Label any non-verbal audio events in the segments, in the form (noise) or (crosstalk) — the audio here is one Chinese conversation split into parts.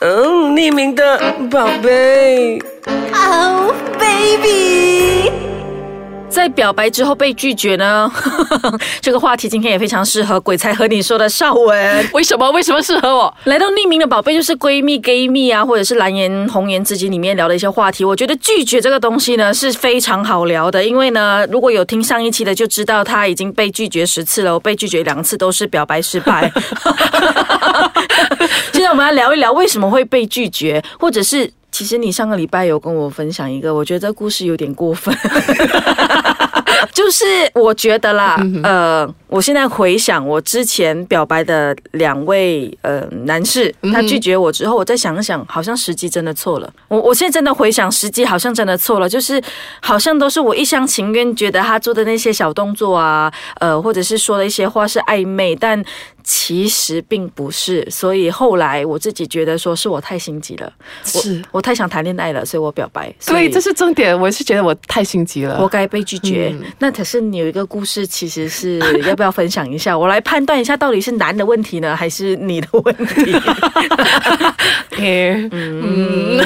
嗯，匿名的宝贝。 Oh baby，在表白之后被拒绝呢？ (laughs) 这个话题今天也非常适合鬼才和你说的邵文。为什么？为什么适合我？来到匿名的宝贝，就是闺蜜、gay 蜜啊，或者是蓝颜、红颜知己里面聊的一些话题。我觉得拒绝这个东西呢是非常好聊的，因为呢，如果有听上一期的就知道他已经被拒绝十次了，我被拒绝两次都是表白失败。 (laughs) 现在我们来聊一聊为什么会被拒绝，或者是其实你上个礼拜有跟我分享一个，我觉得这故事有点过分。就是我觉得啦，呃，我现在回想我之前表白的两位呃男士，他拒绝我之后，我再想想，好像时机真的错了。我我现在真的回想，时机好像真的错了，就是好像都是我一厢情愿，觉得他做的那些小动作啊，呃，或者是说的一些话是暧昧，但其实并不是。所以后来我自己觉得说是我太心急了，是我太想谈恋爱了，所以我表白。所对，以这是重点。我是觉得我太心急了。嗯活该被拒绝。那可是你有一个故事，其实 (laughs) 是要不要分享一下？我来判断一下，到底是男的问题呢，还是你的问题？诶嗯，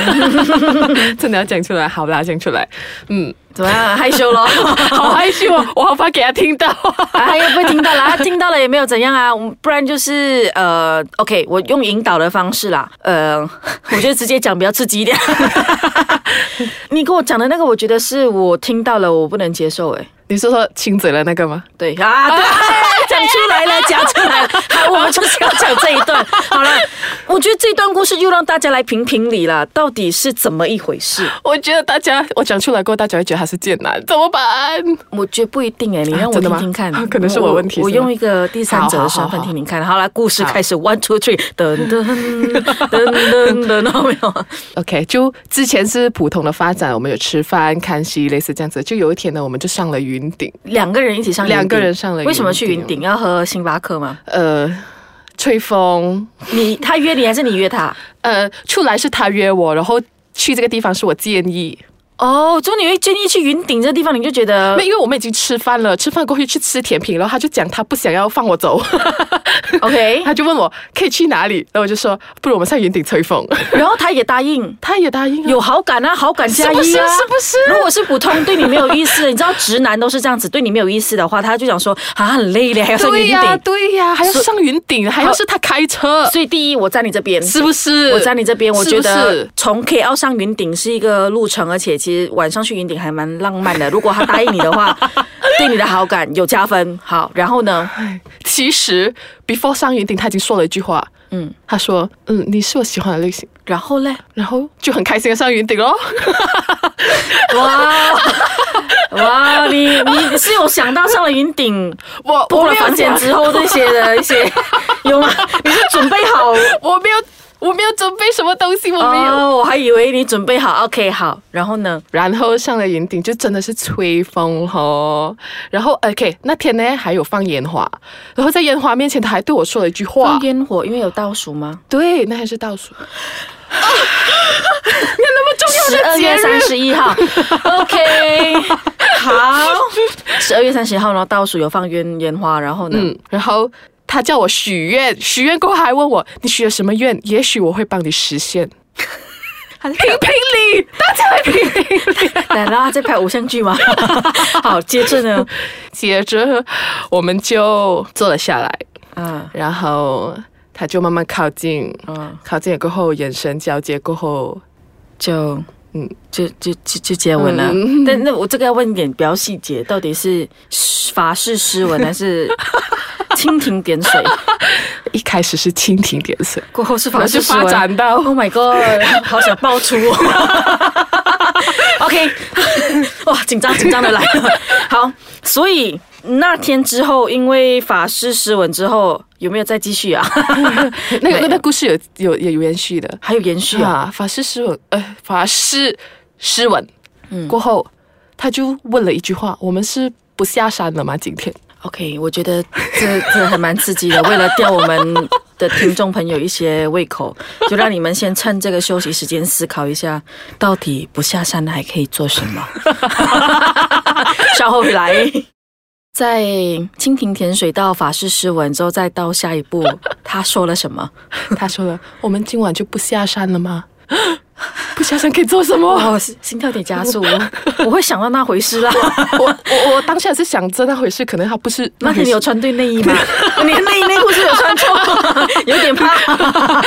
(laughs) 真的要讲出来，好啦，讲出来。嗯，怎么样？害羞咯？ (laughs) (laughs) 好害羞哦，我好怕给他听到。啊他又不会听到啦，他 (laughs) 听到了也没有怎样啊，我们不然就是呃，OK，我用引导的方式啦，呃， (laughs) 我觉得直接讲比较刺激一点。 (laughs) 你跟我讲的那个，我觉得是我听到了，我不能接受、欸，哎， (laughs) 你是说亲嘴了那个吗？对啊，对， (laughs) 讲出来了，讲出来了，好，我们就是要讲这一段。好了，我觉得这段故事又让大家来评评理啦，到底是怎么一回事？我觉得大家，我讲出来过后，大家会觉得他是贱男，怎么办？我觉得不一定哎、你啊让我真的听吗听看，啊可能是我问题我是吗用一个第三者的身好好份好听听看。好了，故事开始，one two three，噔噔噔噔噔，然后没 (laughs) 有？啊 OK，就之前是普通的发展，我们有吃饭、看戏，类似这样子。就有一天呢，我们就上了云顶，两个人一起上云顶，两个人上了云顶为什么去云顶？要喝星巴克吗？呃，吹风，你他约你还是你约 (laughs) 他？呃，出来是他约我，然后去这个地方是我建议，哦，就你会建议去云顶这地方，你就觉得呃那因为我们已经吃饭了，吃饭过去去吃甜品，然后他就讲他不想要放我 (laughs) 走， OK， (laughs) 他就问我可以去哪里，然后我就说不如我们上云顶吹风，。然后他也答应他也答应、啊，有好感啊，好感加是一不啊，是？是不是？如果是普通对你没有意思的，你知道直男都是这样子，对你没有意思的话，他就想说啊很累了，还要上云对顶。呀、对呀、还要上云顶，还要是他开车， (laughs) 所以第一，我站你这边。是不是？我站你这边，我是觉不得是从 KL 上云顶是一个路程，而且其实晚上去云顶还蛮浪漫的。如果他答应你的 (laughs) 话，对你的好感有加分。好，然后呢？其实 before 上云顶，他已经说了一句话，嗯，他说，嗯，你是我喜欢的类型，然后嘞？然后就很开心的上云顶咯。哇 (laughs) 哇，你你是有想到上了云 (laughs) 顶， (laughs) 我过我了没有房间讲之后这些的一些有吗？你是准备好？ (laughs) 我没有我没有准备什么东西，我没有。哦，我还以为你准备好。OK，好，然后呢？然后上了云顶就真的是吹风吼，然后 OK 那天呢还有放烟花，然后在烟花面前他还对我说了一句话放，烟火，因为有倒数吗？对，那还是倒数。你看那么重十要二的节月三日，十一号 (laughs) ，OK，好。十二月三十号呢，倒数有放烟烟花，然后呢？嗯，然后他叫我许愿，许愿过后还问我你许了什么愿，也许我会帮你实现。他在评评理，大家来评 (laughs) 评理。奶酪在拍偶像剧吗？ (laughs) 好，接着 (laughs) 呢，接着我们就坐了下来，啊，然后他就慢慢靠近，嗯，靠近了过后，眼神交接过后，就嗯嗯，就就就就接吻了。但那我这个要问一点比较细节，到底是法式诗 (laughs) 文还是蜻蜓点水？一开始是蜻蜓点水，过后是然法后式就诗发文。展到 Oh my (laughs) god！好想爆粗、哦。OK，哇，紧张紧张的来了。好，所以那天之后，因为法师诗文之后，有没有再继续啊？ (laughs) 那个那个故事有有有延续的，还有延续啊？啊，法师诗文，呃，法师诗文，过后他就问了一句话：我们是不下山了吗？今天 OK，我觉得这这还蛮刺激的。为了吊我们的听众朋友一些胃口，就让你们先趁这个休息时间思考一下，到 (laughs) 底不下山还可以做什么。稍后回来。在蜻蜓甜水到法式诗文之后，再到下一步，他说了什么？他说了，我们今晚就不下山了 (laughs) 吗？不下山可以做什么？哦，心心跳得加速，我会想到那回事啦。 (laughs) 我 (laughs) 我我当下是想着那回事，可能他不是那回天你事有穿对内 (laughs) 衣吗？你的内衣内裤是有穿错， (laughs) 有点怕。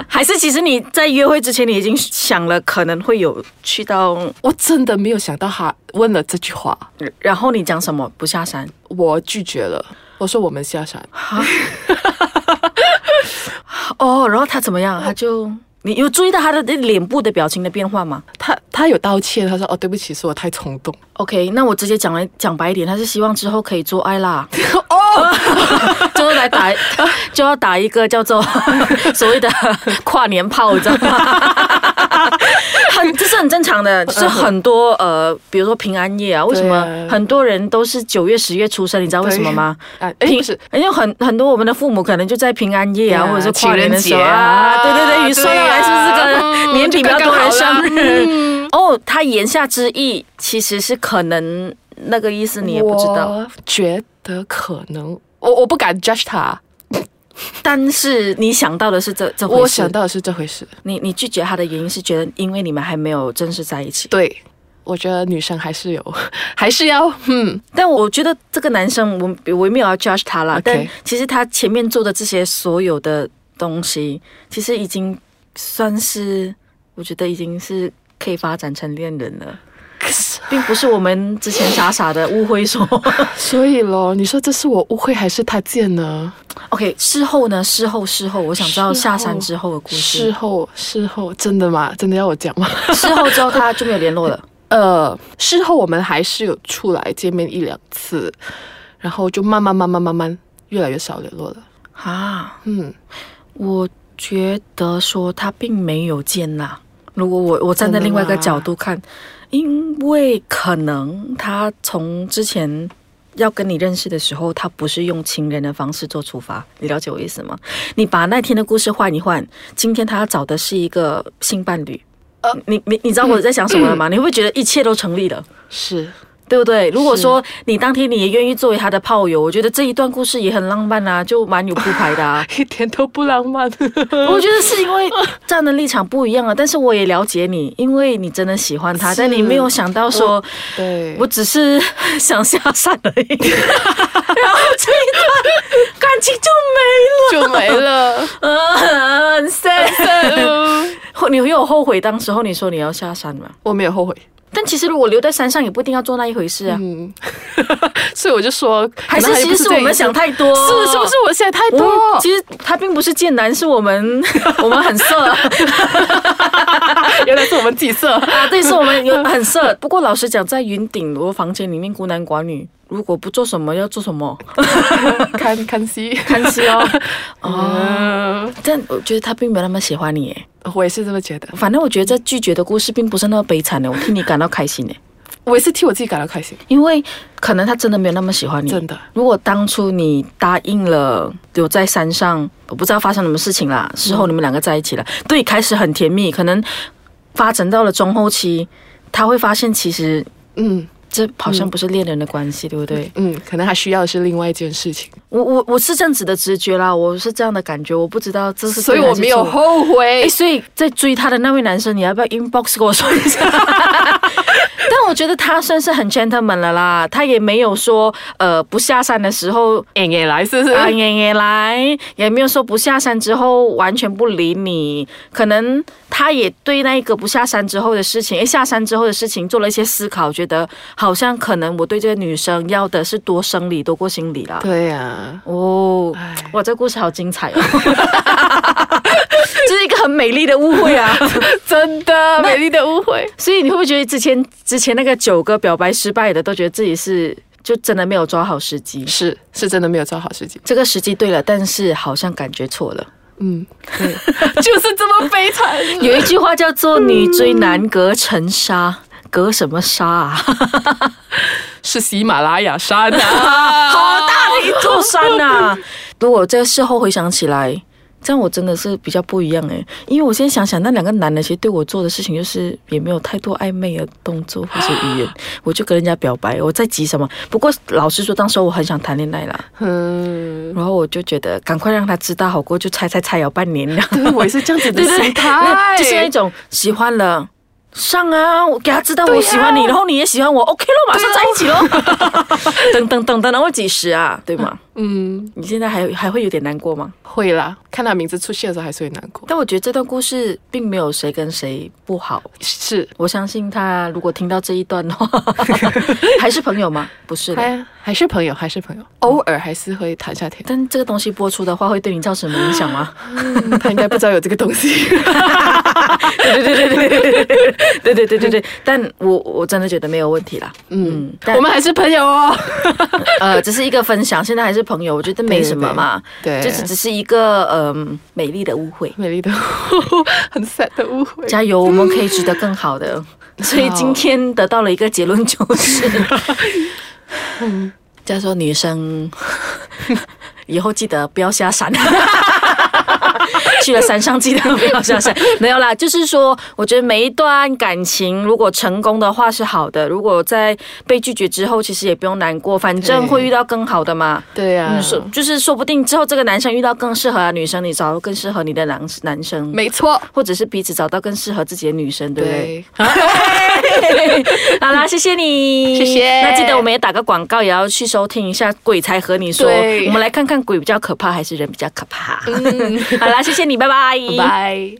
(laughs) 还是其实你在约会之前，你已经想了可能会有去到，我真的没有想到他问了这句话，然后你讲什么不下山？我拒绝了。我说我们下山，哦，然后他怎么样？他就你有注意到他的脸部的表情的变化吗他他有道歉，他说哦对不起，是我太冲动。 ？OK，那我直接讲来讲白一点，他是希望之后可以做爱啦， (laughs) 哦， (laughs) 就是来打就要打一个叫做 (laughs) 所谓的跨年炮，你知道吗？ (laughs) 很这是很正常的，就是很多呃，比如说平安夜啊，为什么嗯对啊很多人都是九月、十月出生？你知道为什么吗？啊，哎平不是，因为很很多我们的父母可能就在平安夜啊，对啊或者是跨年的时候情人节啊对对对，预算要来对是啊这嗯个年底比较多人生就刚日。嗯 (laughs) 哦，他言下之意其实是可能那个意思你也不知道，我觉得可能我我不敢 judge 他，但是你想到的是这这回事。我想到的是这回事。你你拒绝他的原因是觉得因为你们还没有正式在一起，对，我觉得女生还是有，还是要嗯，但我觉得这个男生我我也没有要 judge 他啦 OK 但其实他前面做的这些所有的东西，其实已经算是我觉得已经是可以发展成恋人了，可是并不是我们之前傻傻的误会 (laughs) 说所以咯，你说这是我误会还是他贱呢？ OK 事后呢事后事后，我想知道事后下山之后的故事事，后事后真的吗？真的要我讲吗？ (laughs) 事后之后他就没有联络了。 (laughs) 呃，事后我们还是有出来见面一两次，然后就慢慢慢慢慢慢越来越少联络了。啊，嗯，我觉得说他并没有接纳。如果我我站在真的另外一个吗角度看，因为可能他从之前要跟你认识的时候，他不是用情人的方式做出发，你了解我意思吗？你把那天的故事换一换，今天他要找的是一个性伴侣。呃，你你你知道我在想什么了吗？你会不会觉得一切都成立了？嗯是对不对？如果说你当天你也愿意作为他的炮友，我觉得这一段故事也很浪漫啊，就蛮有铺排的啊。一点都不浪漫。 (laughs) 我觉得是因为站的立场不一样啊，但是我也了解你，因为你真的喜欢他，是但你没有想到说， (laughs) 对，我只是想下山而 (laughs) 已，然后这一段感情就就没 (laughs) 了。没了，啊很 sad。后你会有后悔当时候你说你要下山吗？我没有后悔，但其实如果留在山上，也不一定要做那一回事啊。嗯，所以我就说，还是可能其实是我们想太多，是是不是我想太我们多？其实他并不是贱男，是我们我们很色。 (laughs) 原来是我们自己色。啊，对，是我们有很色。不过老实讲，在云顶楼房间里面孤男寡女，如果不做什么，要做什么？看看戏，看戏 (laughs) 哦。哦，嗯，但我觉得他并没有那么喜欢你耶。我也是这么觉得，反正我觉得这拒绝的故事并不是那么悲惨的，我替你感到开心的，我也是替我自己感到开心，因为可能他真的没有那么喜欢你。真的。如果当初你答应了留在山上，我不知道发生什么事情啦，事嗯后你们两个在一起了，对，开始很甜蜜，可能发展到了中后期，他会发现其实嗯这好像不是恋人的关系，对不对？嗯，可能还需要的是另外一件事情，我我我是这样子的直觉啦，我是这样的感觉，我不知道这是对所以我没有还是错。后悔哎，。所以在追他的那位男生，你要不要 inbox 跟我说一 (laughs) 下？但我觉得他算是很 gentleman 了啦，他也没有说呃不下山的时候哎哎，来是不啊也也来，也没有说不下山之后完全不理你。可能他也对那一个不下山之后的事情，哎，下山之后的事情做了一些思考，觉得好像可能我对这个女生要的是多生理多过心理啦。对呀、哦唉，哇，这故事好精彩哦！ (laughs) 这是一个很美丽的误会啊，真的美丽的误会。所以你会不会觉得之前之前那个九个表白失败的，都觉得自己是就真的没有抓好时机？是是真的没有找好时机，这个时机对了，但是好像感觉错了。嗯，对， (laughs) 就是这么悲惨。有一句话叫做“女追男隔层纱”，隔什么纱啊？ (laughs) 是喜马拉雅山 (laughs) 啊，好大啊 (laughs) 一座山呐、如果这个事后回想起来，这样我真的是比较不一样诶、因为我现在想想，那两个男的其实对我做的事情就是也没有太多暧昧的动作或者语 (gasps) 言，我就跟人家表白，我在急什么？不过老实说，当时我很想谈恋爱啦，嗯，然后我就觉得赶快让他知道好过，就猜猜猜有半年了。对，我也是这样子的心态， (laughs) 那就是那种喜欢了。上啊！我给他知道我喜欢你，对啊然后你也喜欢我，OK 咯，马上在一 (laughs) 起咯。等等等等，然后几时啊？对吗？嗯，你现在还还会有点难过吗？会啦。看他名字出现的时候还是会难过，但我觉得这段故事并没有谁跟谁不好。是我相信他如果听到这一段的话，还是朋友吗？不是的。还还是朋友，还是朋友，偶尔还是会谈下天。但这个东西播出的话，会对你造成什么影响吗？嗯他应该不知道有这个东 (laughs) 西。对对对对对对对对对对对。但我我真的觉得没有问题啦。嗯，但我们还是朋友哦。呃，只是一个分享，现在还是朋友，我觉得没什么嘛。对对对就是只是一个嗯、美丽的误会。美丽的很 sad 的误会。加油，我们可以值得更好的。所以今天得到了一个结论，就是，叫做女生以后记得不要下山。去了山上记得不要下山，没有啦，就是说，我觉得每一段感情如果成功的话是好的，如果在被拒绝之后，其实也不用难过，反正对会遇到更好的嘛。对呀、嗯，说就是说不定之后这个男生遇到更适合的女生，你找到更适合你的男男生，没错，或者是彼此找到更适合自己的女生，对不对？对， (laughs) 好啦，谢谢你，谢谢那记得我们也打个广告，也要去收听一下《鬼才和你说》，对嗯 (laughs) 我们来看看鬼比较可怕还是人比较可怕。好啦，谢谢你，拜拜，拜。